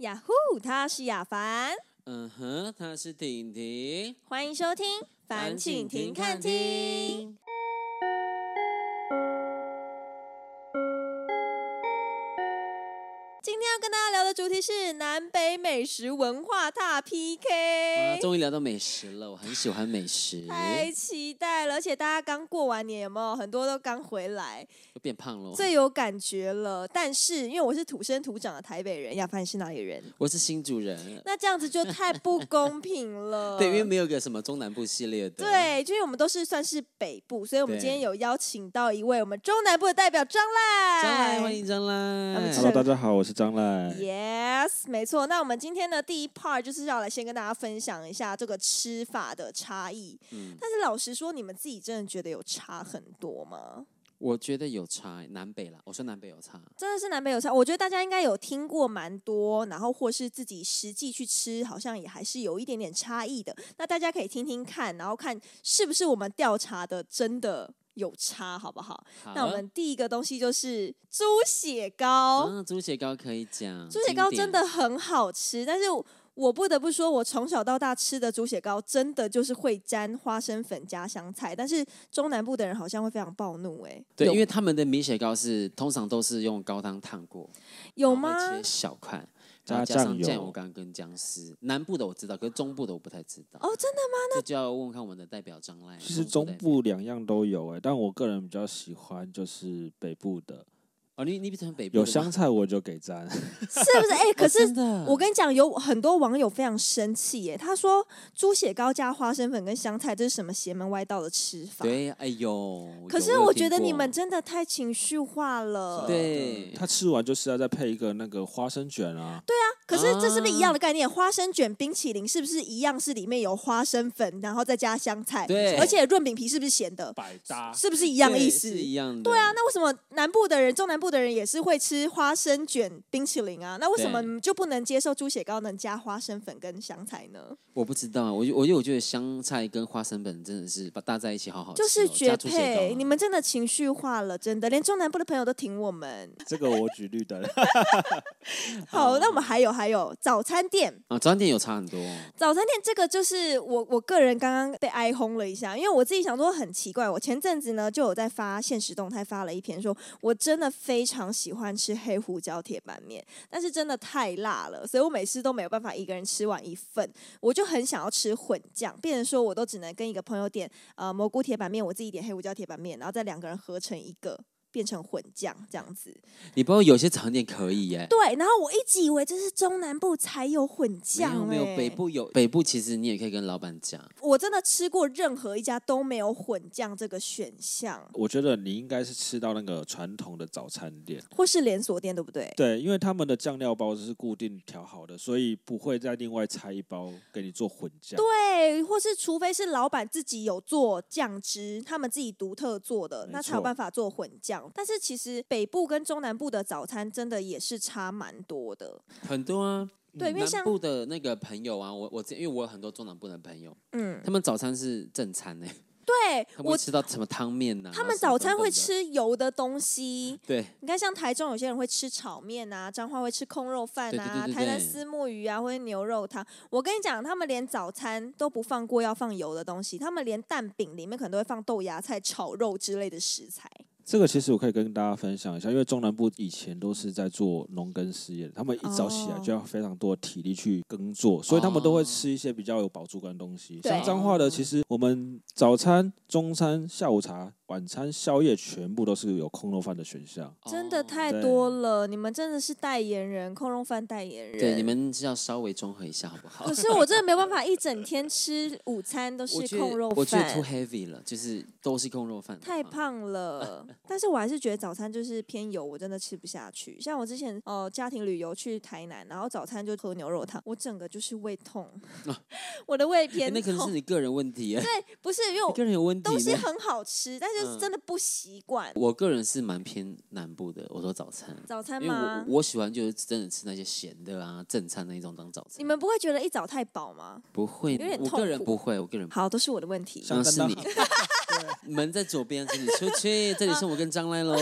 雅虎，他是亚凡，嗯哼，他是婷婷。欢迎收听《烦烦请请停停看看听听》。今天要跟大家聊的主题是南北美食文化大啊， PK，终于聊到美食了，我很喜欢美食，太期待了！而且大家刚过完年，有没有很多都刚回来，又变胖了。最有感觉了。但是因为我是土生土长的台北人，亚凡你是哪里人？我是新主人，那这样子就太不公平了。 对，因为没有个什么中南部系列的，，呃对，就是我们都是算是北部，所以我们今对天有邀请到一位我们中南部的代表张赖。张来欢。迎张他们来是。 Hello，大家好，我是张赖。哦 Yes，没错。那我们今天的第一 part 就是要来先跟大家分享一下这个吃法的差异。嗯，但是老实说，你们自己真的觉得有差很多吗？我觉得有差欸，南北啦，我说南北有差。真的是南北有差，我觉得大家应该有听过蛮多，然后或是自己实际去吃，好像也还是有一点点差异的。那大家可以听听看，然后看是不是我们调查的真的有差，好不好？好那我们第一个东西就是猪血糕，啊，猪血糕可以讲，猪血糕经典真的很好吃，但是我不得不说，我从小到大吃的猪血糕真的就是会沾花生粉加香菜，但是中南部的人好像会非常暴怒、欸，哎，对，因为他们的米血糕是通常都是用高汤烫过，有然后会吗切？小块，然加后加上酱油酱油干跟姜丝。南部的我知道，可是中部的我不太知道。哦，真的吗？这就要问看我们的代表张赖。其实中中部代表部两样都有哎、但我个人比较喜欢就是北部的，哦，你你比较北部的有吗香，菜我就给沾。是不是？哎、可哦是真的，我跟你讲，有很多网友非常生气耶，他说猪血糕加花生粉跟香菜，这是什么邪门歪道的吃法？对，哎呦，可有是有我听觉得你过们真的太情绪化了。 对 他吃完就是要再配一个那个花生卷啊。对，可是这是不是哦一样的概念？花生卷冰淇淋是不是一样是里面有花生粉，然后再加香菜？对而且润饼皮是不是咸的？百搭。是不是一样对意思？是一样的。对啊，那为什么南部的人、中南部的人也是会吃花生卷冰淇淋啊？那为什么对你就不能接受猪血糕能加花生粉跟香菜呢？我不知道啊，我就我就我觉得香菜跟花生粉真的是把搭在一起好好吃哦，就是绝加猪血糕配，啊你们真的情绪化了，真的，连中南部的朋友都挺我们。 这个我举绿灯。哦好，那我们还有还有早餐店，啊，早餐店有差很多哦。早餐店这个就是我我个人刚刚被哀轰了一下，因为我自己想说很奇怪，我前阵子呢就有在发现实动态发了一篇说，我真的非常喜欢吃黑胡椒铁板面，但是真的太辣了，所以我每次都没有办法一个人吃完一份，我就很想要吃混酱，变成说我都只能跟一个朋友点呃蘑菇铁板面，我自己点黑胡椒铁板面，然后再两个人合成一个。变成混酱这样子，你不知道有些早餐店可以耶，对。然后我一直以为这是中南部才有混酱、欸，没有没有北部有北部，其实你也可以跟老板讲，我真的吃过任何一家都没有混酱这个选项， 我觉得你应该是吃到那个传统的早餐店，或是连锁店，对不啊对？对，因为他们的酱料包是固定调好的，所以不会再另外拆一包给你做混酱。对，或是除非是老板自己有做酱汁，他们自己独特做的，没那才有错办法做混酱。但是其实北部跟中南部的早餐真的也是差蛮多的。很多啊。对因为像南部的那个朋友啊，我我之因为我有很多中南部的朋友，嗯，他们早餐是正餐呢，对他们我会吃到什么汤面呐？他然们后什么早餐会等等的，吃油的东西，对，你看，像台中有些人会吃炒面啊，彰化会吃空肉饭对对啊，对对台南对丝木鱼啊，或者牛肉汤。我跟你讲，他们连早餐都不放过要放油的东西，他们连蛋饼里面可能都会放豆芽菜、炒肉之类的食材。这个其实我可以跟大家分享一下，因为中南部以前都是在做农耕事业的，他们一早起来哦就要非常多的体力去耕作，所以他们都哦会吃一些比较有饱足感的东西。对像彰化的，其实我们早餐、中餐、下午茶、晚餐、宵夜全部都是有空肉饭的选项。真的哦太对多了，你们真的是代言人，空肉饭代言人。对，你。们是要稍微综合一下好不好可？是我真的没有办法一整天吃午餐都是我觉空得肉我觉得 too 饭， heavy 了，就是都是空肉饭的话，太胖了。 但是我还是觉得早餐就是偏油，我真的吃不下去。像我之前呃家庭旅游去台南，然后早餐就喝牛肉汤，我整个就是胃痛， 我的胃啊哎，偏那可能是痛。你个人问 题耶，啊不是因为你我个人有问题东西呢。很好吃，但是嗯真的不习惯、我个人是蛮偏南部的，我说早餐，早餐因为我吗？我喜欢就是真的吃那些咸的啊，正餐那一种当早餐。你们不会觉得一早太饱吗？不会，有点我痛个人苦不会，我个人不好，都是我的问题。像嗯是丹丹 你门在左边，请你出去。这里是我跟张来喽。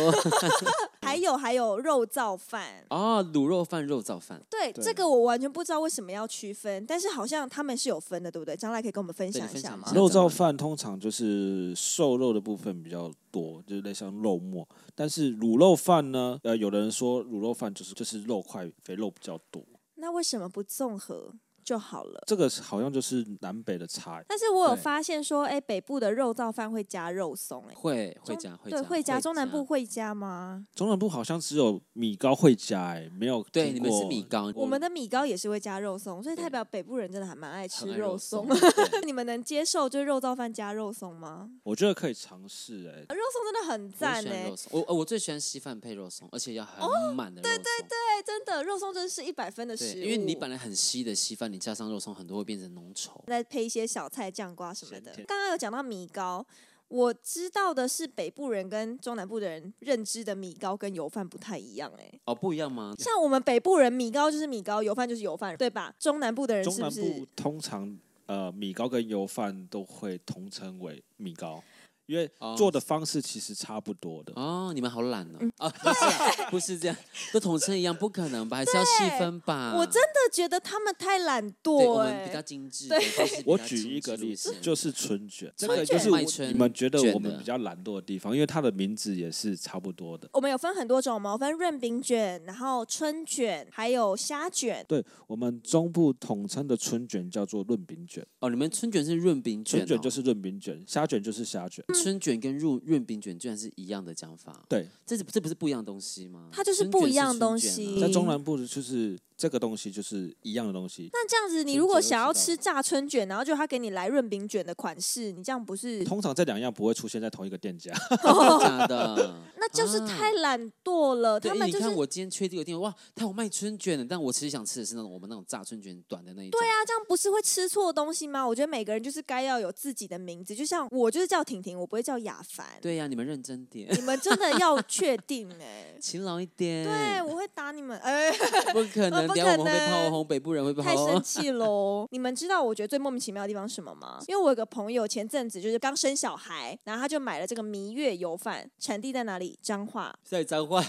还有还有肉燥饭。啊，卤肉饭、肉燥饭，对，对这个我完全不知道为什么要区分，但是好像他们是有分的，对不对？将来可以跟我们分对享一分下享一吗下？啊肉燥饭通常就是瘦肉的部分比较多，就是类似像肉末。但是卤肉饭呢，呃，有的人说卤肉饭就是就是肉块肥肉比较多，那为什么不综合就好了？这个是好像就是南北的差异。但是我有对发现说，哎，北部的肉燥饭会加肉松，哎，会会中加会对，加会加，中南部会加吗？中南部好像只有米糕会加、欸，没有对听你们是过米糕，我们的米糕也是会加肉松，所以对代表北部人真的还蛮爱很吃爱肉松，松。对你们能接受就是肉燥饭加肉松吗？我觉得可以尝试哎，肉松真的很我赞喜哎、欢肉松，我呃我最喜欢稀饭配肉松，而且要很满的肉对，松。哎真的肉松真是一百分的食物，因为你本来很稀的稀饭，你加上肉松，很多会变成浓稠。再配一些小菜、酱瓜什么的咸甜。刚刚有讲到米糕，我知道的是北部人跟中南部的人认知的米糕跟油饭不太一样哎、哦，不一样吗？像我们北部人米糕就是米糕，油饭就是油饭，对吧？中南部的人中是不南是部？通常呃米糕跟油饭都会统称为米糕，因为哦做的方式其实差不多的。哦，你们好懒嗯哦！啊，不是啊，不是这样，都统称一样，不可能吧？还是要细分吧？我真的觉得他们太懒啊对惰我哎、们比较精致，对都是比较我精举致一个例路子线，就是春卷，这个春就卷是麦我春你们觉得我卷的们比较懒惰的地方，因为它的名字也是差不多的。我们有分很多种嘛，我们有分润饼卷，然后春卷，还有虾卷。对我们中部统称的春卷叫做润饼卷，哦，你们春卷是润饼卷哦，春卷就是润饼卷，虾卷就是虾卷。春卷跟润润饼卷居然是一样的讲法，对，这是这不是不一样的东西吗？它就是春卷不一样的东春卷啊西在中南部的就是这个东西就是一样的东西，那这样子，你春如果节都想吃要到吃炸春卷，然后就他给你来润饼卷的款式，你这样不是？通常这两样不会出现在同一个店家。真的假的？那就是啊太懒惰了。他对，们你就是看我今天缺这个店，哇，他有卖春卷的，但我其实想吃的是那种我们那种炸春卷短的那一种。对啊，这样不是会吃错东西吗？我觉得每个人就是该要有自己的名字，就像我就是叫婷婷，我不会叫雅凡。对呀、你们认真点，你们真的要确定 哎、勤劳一点。对，我会打你们， 哎、不可能，不等一下可我们会被能炮轰，北部人会被太炮生轰。气喽！你们知道我觉得最莫名其妙的地方是什么吗？因为我有个朋友前阵子就是刚生小孩，然后他就买了这个蜜月油饭，产地在哪里？彰化。在脏话，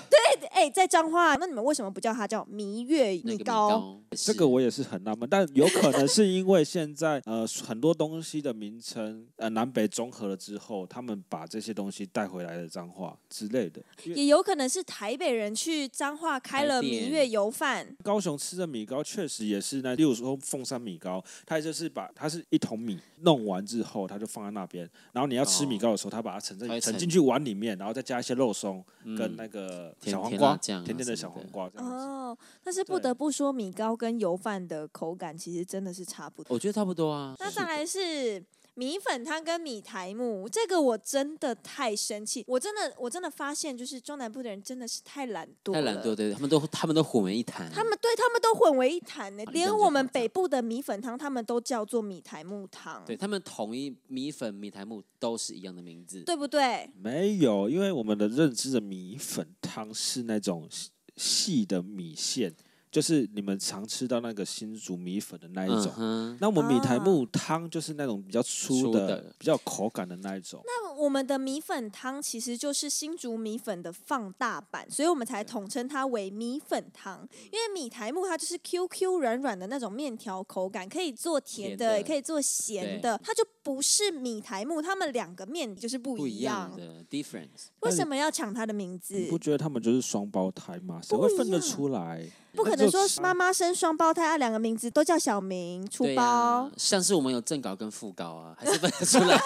哎、在彰化，那你们为什么不叫它叫蜜月那个米米糕？糕，这个我也是很纳闷，但有可能是因为现在呃很多东西的名称呃南北综合了之后，他们把这些东西带回来的脏话之类的。因为也有可能是台北人去彰化开开了店蜜月油饭，高雄吃的米糕确实也是那，例如说凤山米糕，它就是把它是一桶米弄完之后，它就放在那边，然后你要吃米糕的时候，它把它盛在它会盛盛进去碗里面，然后再加一些肉松嗯跟那个甜小黄甜瓜，辣酱啊甜甜的什小么的黄瓜这样子。哦，但是不对得不说，米糕跟油饭的口感其实真的是差不多。我觉得差不多啊。那再来是米粉汤跟米苔木，这个我真的太生气，我真的我真的发现，就是中南部的人真的是太懒惰，太懒惰，。对，他们都他们都混为一谈。他们对他们都混为一谈呢、啊你这连样就我们夸张北部的米粉汤，他们都叫做米苔木汤，对他们统一米粉、米苔木都是一样的名字。对不对？没有，因为我们的认知的米粉汤是那种细细的米线，就是你们常吃到那个新竹米粉的那一种。嗯哼，那我们米苔啊木汤就是那种比较粗粗的、的比较有口感的那一种。那我们的米粉汤其实就是新竹米粉的放大版，所以我们才统称它为米粉汤。因为米苔木它就是 Q Q 软软的那种面条口感，可以做甜甜的，的也可以做咸的，它就不是米苔木，它们两个面就是不不一一样。样的 difference。为什么要抢它的名字你？不觉得他们就是双胞胎吗？谁不会一分得样出来？不可那能就说是妈妈生双胞胎，啊，两个名字都叫小明出对包啊，，像是我们有正稿跟副稿啊，还是分得出 来，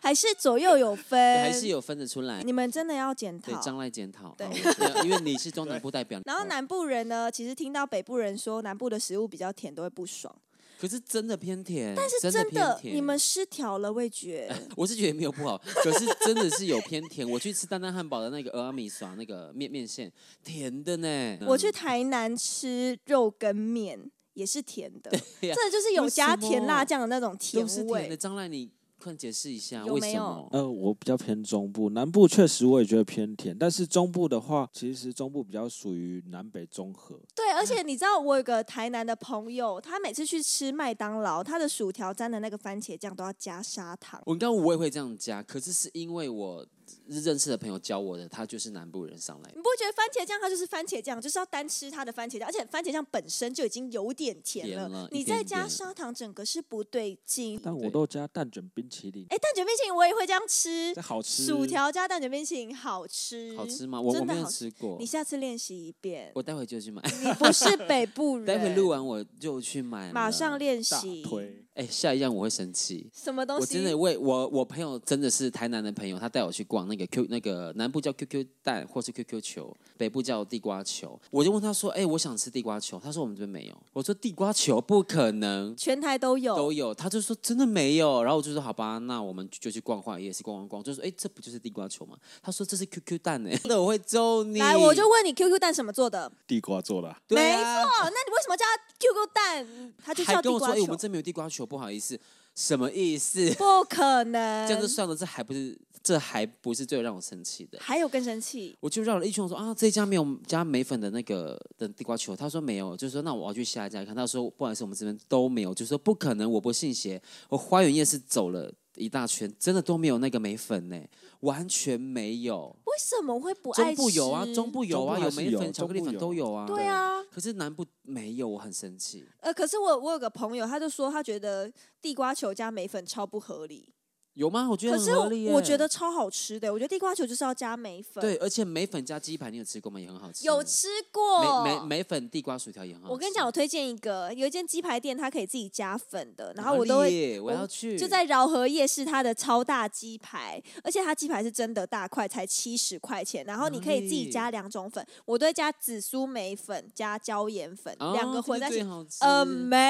还是左右有对分？还是有分得出来。你们真的要检对讨，。张赖检讨，对好我知道因为你 。是中南部代表然后哦，南部人呢，其实听到北部人说南部的食物比较甜，都会不爽。可是真的偏甜，但是真真偏的，甜。欸嗯你们失调了味觉。我是觉得没有不好， 可是真的是有偏甜。我去吃丹丹汉堡的那个俄阿米耍那个面面线，甜的呢。嗯我去台南吃肉羹面也是甜的，呀这就是有加为什么甜辣酱的那种甜都是甜的。味。张赖，你快解释一下有为没什有么？呃，我比较偏中部，南部确实我也觉得偏甜，但是中部的话，其实中部比较属于南北综合。对，而嗯且你知道，我有个台南的朋友，他每次去吃麦当劳，他的薯条沾的那个番茄酱都要加砂糖。我刚我也会这样加，可是是因为我认识的朋友教我的，他就是南部人上来的你不觉得番茄酱它就是番茄酱，就是要单吃它的番茄酱，而且番茄酱本身就已经有点甜了，甜了你一点再加点砂糖，整个是不对劲。但我对都加蛋卷冰淇淋，哎，蛋卷冰淇淋我也会这样吃这，好吃。薯条加蛋卷冰淇淋好吃，好吃吗？我我嗯真的没有好吃过你，嗯下次练习一遍，我待会就去买，你不是北部人， 待会录完我就去买了，马上练大习。推，哎、下一样我会生气。什么东西？我真的为我我朋友真的是台南的朋友，他带我去逛那个 Q 那个南部叫 QQ 蛋或是 QQ 球，北部叫地瓜球。我就问他说：“哎、我想吃地瓜球。”他说：“我们这边没有。”我说：“地瓜球不可能全台都有，都有。”他就说：“真的没有。”然后我就说：“好吧，那我们就去逛逛，也是逛逛逛。”就说：“哎、这不就是地瓜球吗？”他说：“这是 QQ 蛋哎、 那我会揍你。”来，我就问你，QQ 蛋什么做的？地瓜做的啊、对没啊错，那你为什么叫它 QQ 蛋？它就叫还跟地我说：“瓜哎、我球们，这没有地瓜球，不好意思，什么意思？”不可能。这样就算了，这还不是这还不是最让我生气的。还有更生气，我就绕了一圈，我说啊，这一家没有加梅粉的那个的地瓜球，他说没有，就说那我要去下一家看。他说不好意思，我们这边都没有，就说不可能，我不信邪。我花园夜市走了一大圈，真的都没有那个梅粉呢、完全没有。为什么会不爱中吃？部有啊，中部有啊，中部还有是梅粉、有巧克力中部粉有都有啊。对啊，可是南部没有，我很生气。呃，可是我我有个朋友，他就说他觉得地瓜球加梅粉超不合理，有吗？我觉得可很是合理耶、我我觉得超好吃的，我觉得地瓜球就是要加梅粉，对，而且梅粉加鸡排你有吃过吗？也很好吃。有吃过梅梅梅粉地瓜薯条也很好吃。我跟你讲，我推荐一个，有一间鸡排店，它可以自己加粉的，然后哪我都里会耶我我要去，就在饶河夜市，它的超大鸡排，而且它鸡排是真的大块，才七十块钱。然后你可以自己加两种粉，我都会加紫苏梅粉加椒盐粉，哦两、个这混在一最起好吃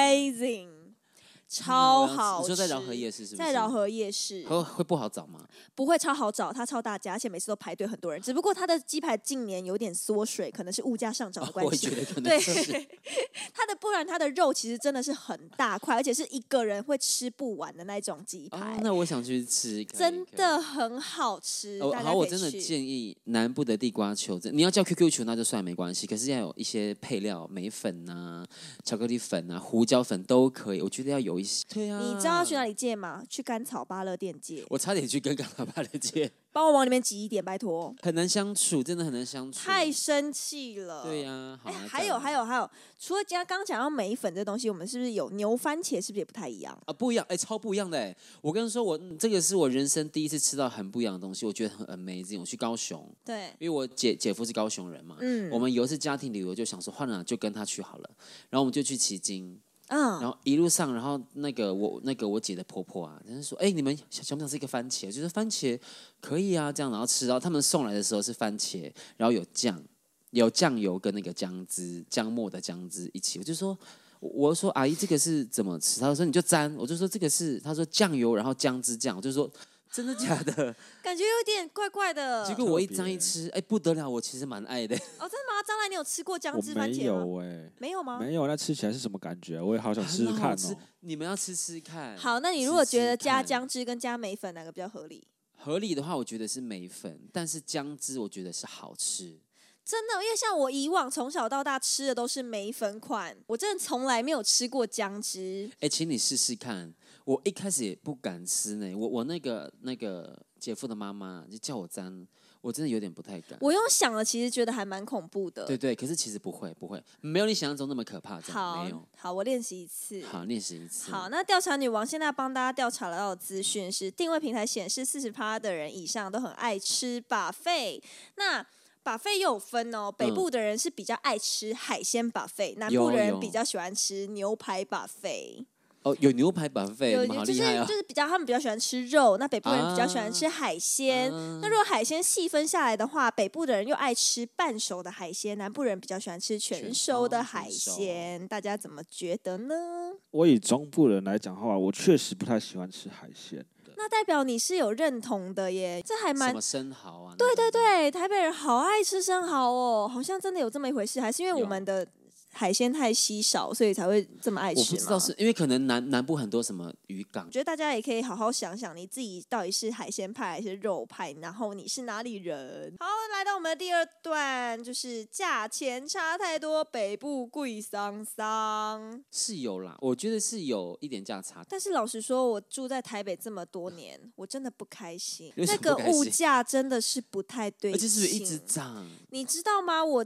，amazing，超好你吃。说在饶河夜市是不是？在饶河夜市会会不好找吗？不会超好找，它超大家，而且每次都排队很多人。只不过它的鸡排近年有点缩水，可能是物价上涨的关 我也系。觉得可能对是。，它的不然它的肉其实真的是很大块，而且是一个人会吃不完的那种鸡哦排，，那我想去吃，可以真。可以的很好吃。哦，大家好，我可以真的去建议南部的地瓜球，你要叫 QQ 球那就算没关系，可是要有一些配料，梅粉呐、巧克力粉呐、胡椒粉都可以，我觉得要有一些。对啊，你知道要去哪？里借吗？去甘草芭乐店借，我差点去跟港 老爸的借，帮我往里面挤一点，拜托。很难相处，真的很难相处。太生气了。对呀、啊，好哎，啊还有还有有还有，除了加刚讲到梅粉这东西，我们是不是有牛番茄？是不是也不太一样？啊，不一样，哎、超不一样的哎！我跟你说，我嗯这个是我人生第一次吃到很不一样的东西，我觉得很 amazing。我去高雄，对，因为我姐姐夫是高雄人嘛，嗯我们有一次家庭旅游就想说换了就跟他去好了，然后我们就去旗津，然嗯，后一路上，然后那个我那个我姐的婆婆啊，人家说，哎、你们想想不想吃一个番茄？就是番茄可以啊，这样，然后吃到他们送来的时候是番茄，然后有酱，有酱油跟那个姜汁、姜末的姜汁一起，我就说。我我说阿姨，这个是怎么吃？她说你就沾，我就说这个是，她说酱油，然后姜汁酱，我就说真的假的？感觉有点怪怪的。结果我一特别沾一吃，哎、不得了，我其实蛮爱的。哦，真的吗？张兰，你有吃过姜我汁番没茄吗？啊有哎、没有吗？没有，那吃起来是什么感觉？我也好想试试很看好哦、吃你们要吃吃看。好，那你如吃果吃觉得加看姜汁跟加梅粉哪个比较合理？ 合理的话，我觉得是梅粉，但是姜汁我觉得是好吃。真的，因为像我以往从小到大吃的都是梅粉款，我真的从来没有吃过姜汁。哎、请你试试看。我一开始也不敢吃呢，我我那个那个姐夫的妈妈就叫我沾，我真的有点不太敢。我用想了，其实觉得还蛮恐怖对的。对，可是其实不会不会，没有你想象中那么可怕，真的好没有。好，我练习一次。好，练习一次。好，那调查女王现在帮大家调查到的资讯是，定位平台显示四十趴的人以上都很爱吃把费。那把费又有分哦，北部的人是比较爱吃海鲜把费，南部嗯有的人有比较喜欢吃牛排把费。哦，有牛排版费，有你们好就厉害是啊！就是比较他们比较喜欢吃肉，那北部人比较喜欢吃啊海鲜。啊那如果海鲜细分下来的话，北部的人又爱吃半熟的海鲜，南部人比较喜欢吃全全熟的哦海全熟鲜。大家怎么觉得呢？我以中部人来讲的话，我确实不太喜欢吃海鲜。那代表你是有认同的耶，这还什蛮么。生蚝啊？对那对种的，对，台北人好爱吃生蚝哦，好像真的有这么一回事，还是因为我有们的海鲜太稀少，所以才会这么爱吃我吗？不知道是因为可能南南部很多什么渔港我，觉得大家也可以好好想想，你自己到底是海鲜派还是肉派，然后你是哪里人。好，来到我们的第二段，就是价钱差太多，北部贵桑桑。是有啦，我觉得是有一点价差。但是老实说，我住在台北这么多年，我真的不开心，为什那个么不开心物价真的是不太对而劲，且是不是一直涨？你知道吗？我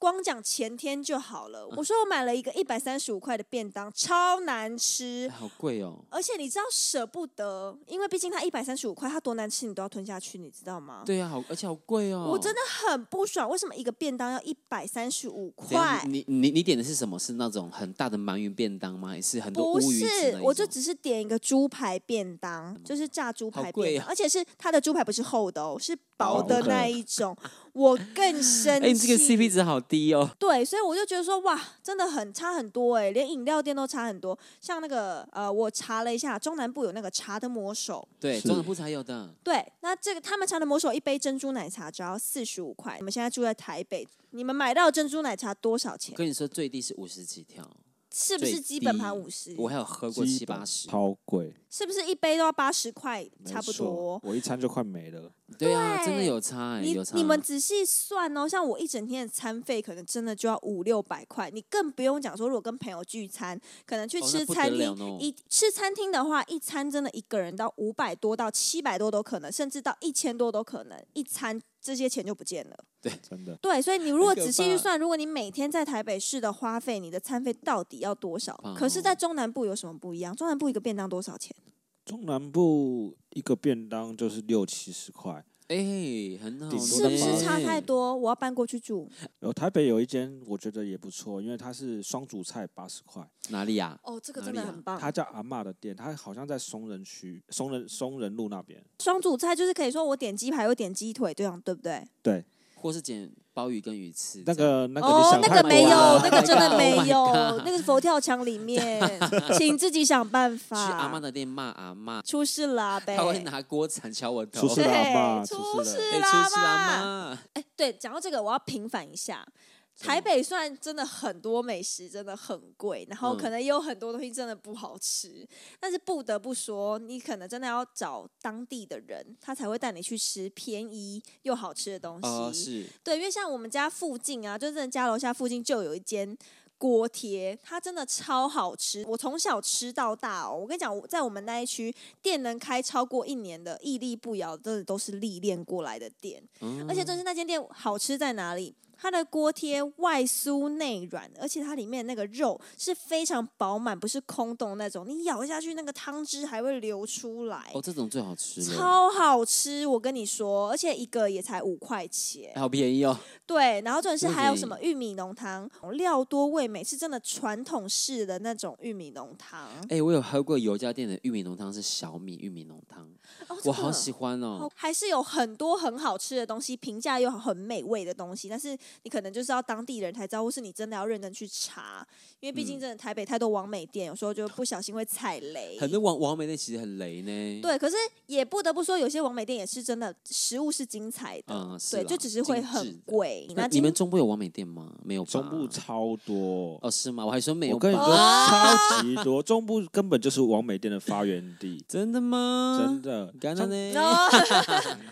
光讲前天就好了，嗯我说我买了一个一百三十五块的便当，超难哎吃。好贵哦、而且你知道舍不得，因为毕竟它一百三十五块，它多难吃你都要吞下去，你知道吗？对啊，好，而且好贵哦、嗯我真的很不爽，为什么一个便当要一百三十五怎样块？你你你点的是什么？是那种很大的鳗鱼便当吗？还是很多不乌鱼子那是一，我就种只是点一个猪排便当，就是炸猪排好便贵当，啊而且是它的猪排不是厚的哦，是薄薄的的那一种。我更生 气。哎、你这个 CP 值好低哦、对，所以我就觉得说，哇，真的很差很多哎、连饮料店都差很多。像那个呃，我查了一下，中南部有那个茶的魔手，对，是中南部才有的。对，那这个他们茶的魔手一杯珍珠奶茶只要四十五块。你们现在住在台北，你们买到珍珠奶茶多少钱？跟你说，最低是五十几条，是不是最基本盘低五十？我还有喝过基七本八十。超贵，是不是一杯都要八十块没差不错多？我一餐就快没了。对啊，真的对有差哎、你有差。你们仔细算哦，像我一整天的餐费可能真的就要五六百块，你更不用讲说，如果跟朋友聚餐，可能去哦吃那不餐得厅，了呢一吃餐厅的话，一餐真的一个人到五百多到七百多都可能，甚至到一千多都可能，一餐这些钱就不见了。真的，对，所以你如果可仔细去怕算，如果你每天在台北市的花费，你的餐费到底要多少哇？可是，哦在中南部有什么不一样？中南部一个便当多少钱？中南部一个便当就是六七十块。哎、很好呢，顶多是不是差太哎？多？我要搬过去住。有台北有一间我觉得也不错，因为它是双主菜八十块，哪里呀、哦，这个哪真里的啊很棒。它叫阿嬷的店，它好像在松仁区、松仁松仁路那边。双主菜就是可以说我点鸡排，我点鸡腿，这样对不对？对，或是捡鲍鱼跟鱼翅？那个那个你哦想，那太个多没有，了那个真的 Oh my 没 god 有，那个是佛跳墙里 面，请自己想办去阿妈法。的店骂阿妈，出事啦呗！她会拿锅铲敲我头。出事对了阿嬷出出事哎事出事啦嘛！阿妈，哎，对，讲到这个，我要平反一下。什么台北算真的很多美食真的很贵，然后嗯可能也有很多东西真的不好吃，但是不得不说，你可能真的要找当地的人，他才会带你去吃便宜又好吃的东西。哦是对，因为像我们家附近啊，就真的家楼下附近就有一间。锅贴，它真的超好吃，我从小吃到大哦。我跟你讲，我在我们那一区店能开超过一年的，屹立不摇，真的都是历练过来的店。嗯而且，就是那间店好吃在哪里？它的锅贴外酥内软，而且它里面那个肉是非常饱满，不是空洞那种。你咬下去，那个汤汁还会流出来，哦，这种最好吃了，哎超好吃。我跟你说，而且一个也才五块钱。哎好便宜哦。对，然后重点是真的还有便宜什么玉米浓汤，料多味美，是真的传统式的那种玉米浓汤。哎、我有喝过有家店的玉米浓汤，是小米玉米浓汤，哦，这个我好喜欢哦好。还是有很多很好吃的东西，平价又很美味的东西，但是你可能就是要当地人才知道，或是你真的要认真去查，因为毕嗯竟真的台北太多王美店，有时候就不小心会踩雷。很多王王美店其实很雷呢。，对，可是也不得不说，有些王美店也是真的食物是精彩的，嗯，是对，啦就只是会精很啊致贵。那今你们中部有王美店吗？没有吧，中部超多。哦是吗？我还说没有我吧，啊跟你说，超级多， 中部根本就是王美店的发源地，真的吗？真的。干了像呢？哦，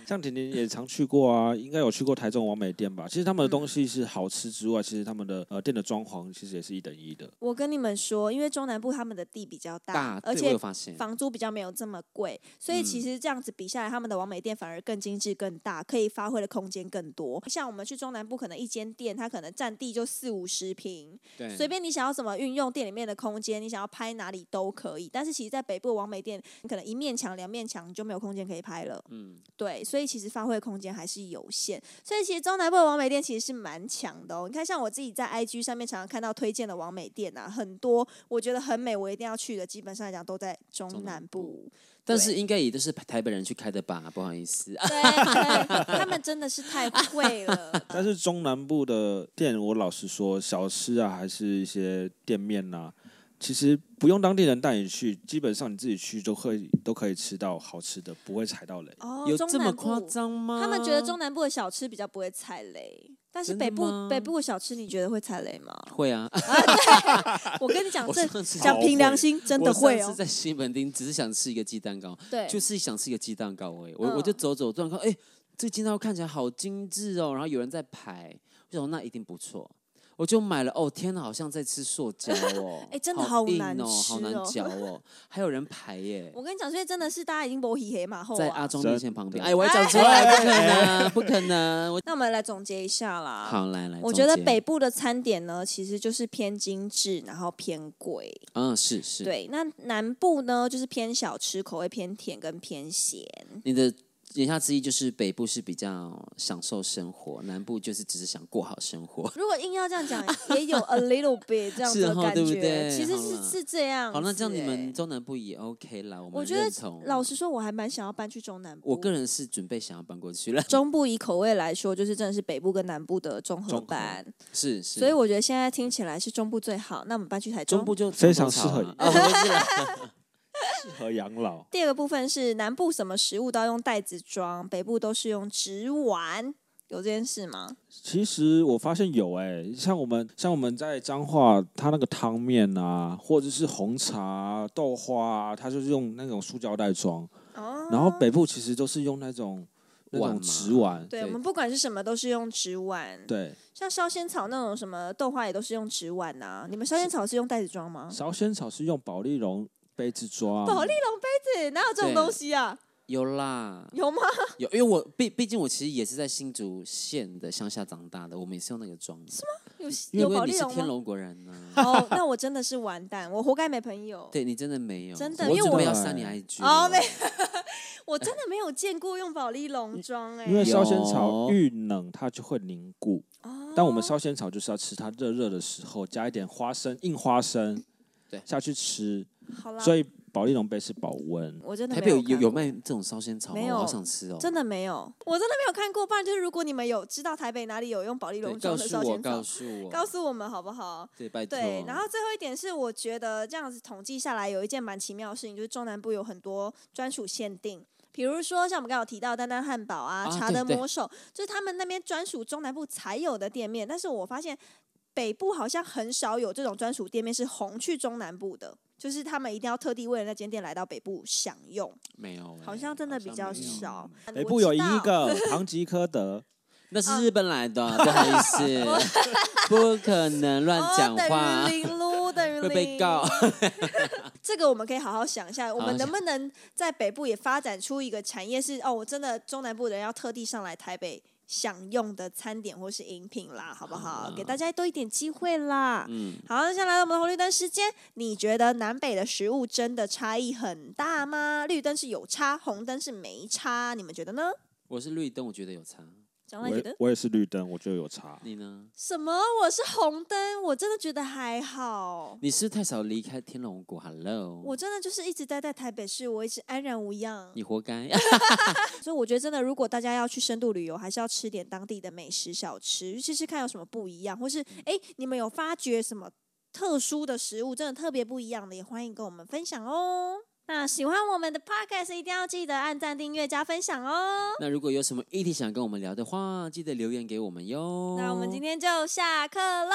像婷婷也常去过啊，应该有去过台中王美店吧？其实他们的东西是好吃之外，其实他们的呃店的装潢其实也是一等一的。 我跟你们说，因为中南部他们的地比较 大，而对我且有发现，房租比较没有这么贵，所以其嗯实这样子比下来，他们的完美店反而更精致、更大，可以发挥的空间更多。像我们去中南部，可能一间店它可能占地就四五十平，对，随便你想要怎么运用店里面的空间，你想要拍哪里都可以。但是其实，在北部的完美店，你可能一面墙、两面墙你就没有空间可以拍了。嗯，对，所以其实发挥的空间还是有限。所以其实中南部的王美店其实是蛮强的哦。你看，像我自己在 IG 上面常常看到推荐的王美店啊，很多我觉得很美，我一定要去的，基本上来讲都在中中南南部。但是应该也都是台北人去开的吧？不好意思，啊、对，对他们真的是太会 了。但是中南部的店，我老实说，小吃啊，还是一些店面呐、其实不用当地人带你去，基本上你自己去就会都可以吃到好吃的，不会踩到雷。哦，有中这么南夸部，张吗？他们觉得中南部的小吃比较不会踩雷，但是嗯真的北部吗北部的小吃，你觉得会踩雷吗？会啊，我跟你讲， 我哦这上次讲好凭会良心真的会我上次哦。在西门町只是想吃一个鸡蛋糕，对，就是想吃一个鸡蛋糕而已。我、嗯，我就走走，突然看，哎、这鸡蛋糕看起来好精致哦，然后有人在排，我想说那一定不错。我就买了哦，天哪，好像在吃塑胶哦 哎真的好好硬难哦，吃好难哦嚼哦，还有人排耶，我跟你讲，所以真的是大家已经磨皮黑马后在啊阿。忠面线旁 边，真的哎，我还讲出来，不可哎能，不可能，我那我们来总结一下啦。好来来，我觉得总结北部的餐点呢，其实就是偏精致，然后偏贵。嗯是是，对，那南部呢，就是偏小吃，口味偏甜跟偏咸。你的言下之意就是北部是比较享受生活，南部就是只是想过好生活。如果硬要这样讲，也有 a little bit 这样子是的哦感觉，对不对其实好是啦是这样、好，那这样你们欸，中南部也 OK 啦，我我们觉认得同。老实说，我还蛮想要搬去中南部。我个人是准备想要搬过去了， 中部以口味来说，就是真的是北部跟南部的综合综合版，是是，所以我觉得现在听起来是中部最好。那我们搬去台中。中部就非常中部草适合啊，啊我是啦适合养老。第二个部分是南部什么食物都要用袋子装，北部都是用纸碗，有这件事吗？其实我发现有哎、像我们像我们在彰化，它那个汤面啊，或者是红茶啊、豆花啊，它就是用那种塑胶袋装。哦然后北部其实都是用那种那碗种嘛纸碗，对对我们不管是什么都是用纸碗，对，像烧仙草那种什么豆花也都是用纸碗呐、你们烧仙草是用袋子装吗？烧仙草是用保利龙杯子装。保利龙杯子哪有这种对东西啊？有啦，有吗？有，因为我毕毕竟我其实也是在新竹县的乡下长大的，我们也是用那个装的，有因有为保你利是龙天吗？龙国人呢、哦，那我真的是完蛋，我活该没朋友。对你真的没有，真的我因为准我备要删你 IG 哦了没我真的没有见过用保利龙装哎、因为烧仙草有遇冷它就会凝固，哦但我们烧仙草就是要吃它热热的时候，加一点花生硬花生，对下去吃，好啦，所以保利龙杯是保温。我真的台没北有看有有过卖这种烧仙草吗？没我好有想吃哦，真的没有，我真的没有看过。不然就是如果你们有知道台北哪里有用保利对龙装告的诉烧我，仙告草，诉我，告诉我们好不好？对，拜托。对，然后最后一点是，我觉得这样子统计下来，有一件蛮奇妙的事情，就是中南部有很多专属限定，比如说像我们刚刚有提到丹丹汉堡啊、啊茶对的对魔手，就是他们那边专属中南部才有的店面。但是我发现北部好像很少有这种专属店面是红去中南部的，就是他们一定要特地为了那间店来到北部享用。没有欸、好像真的比较没有少。北部有一我知道，个唐吉诃德，那嗯是日本来的啊，不好 意思，不可能乱讲哦话等于，零喽，等于零会被告。。 这个我们可以好好想一下，我们好能不能在北部也发展出一个产业是哦，我真的中南部的人要特地上来台北享用的餐点或是饮品啦，好不好？好给大家多一点机会啦。嗯，好，接下来我们的红绿灯时间，你觉得南北的食物真的差异很大吗？绿灯是有差，红灯是没差，你们觉得呢？我是绿灯，我觉得有差。张我亮觉也得我也是绿灯，我就有差。你呢？什么？我是红灯，我真的觉得还好。你是不是太少离开天龙谷，Hello，我真的就是一直待在台北市，我一直安然无恙。你活该。 所以我觉得真的，如果大家要去深度旅游，还是要吃点当地的美食小吃，试试看有什么不一样，或是哎、诶你们有发觉什么特殊的食物，真的特别不一样的，也欢迎跟我们分享哦。那喜欢我们的 podcast，一定要记得按赞、订阅、加分享哦。那如果有什么议题想跟我们聊的话，记得留言给我们哟。那我们今天就下课喽，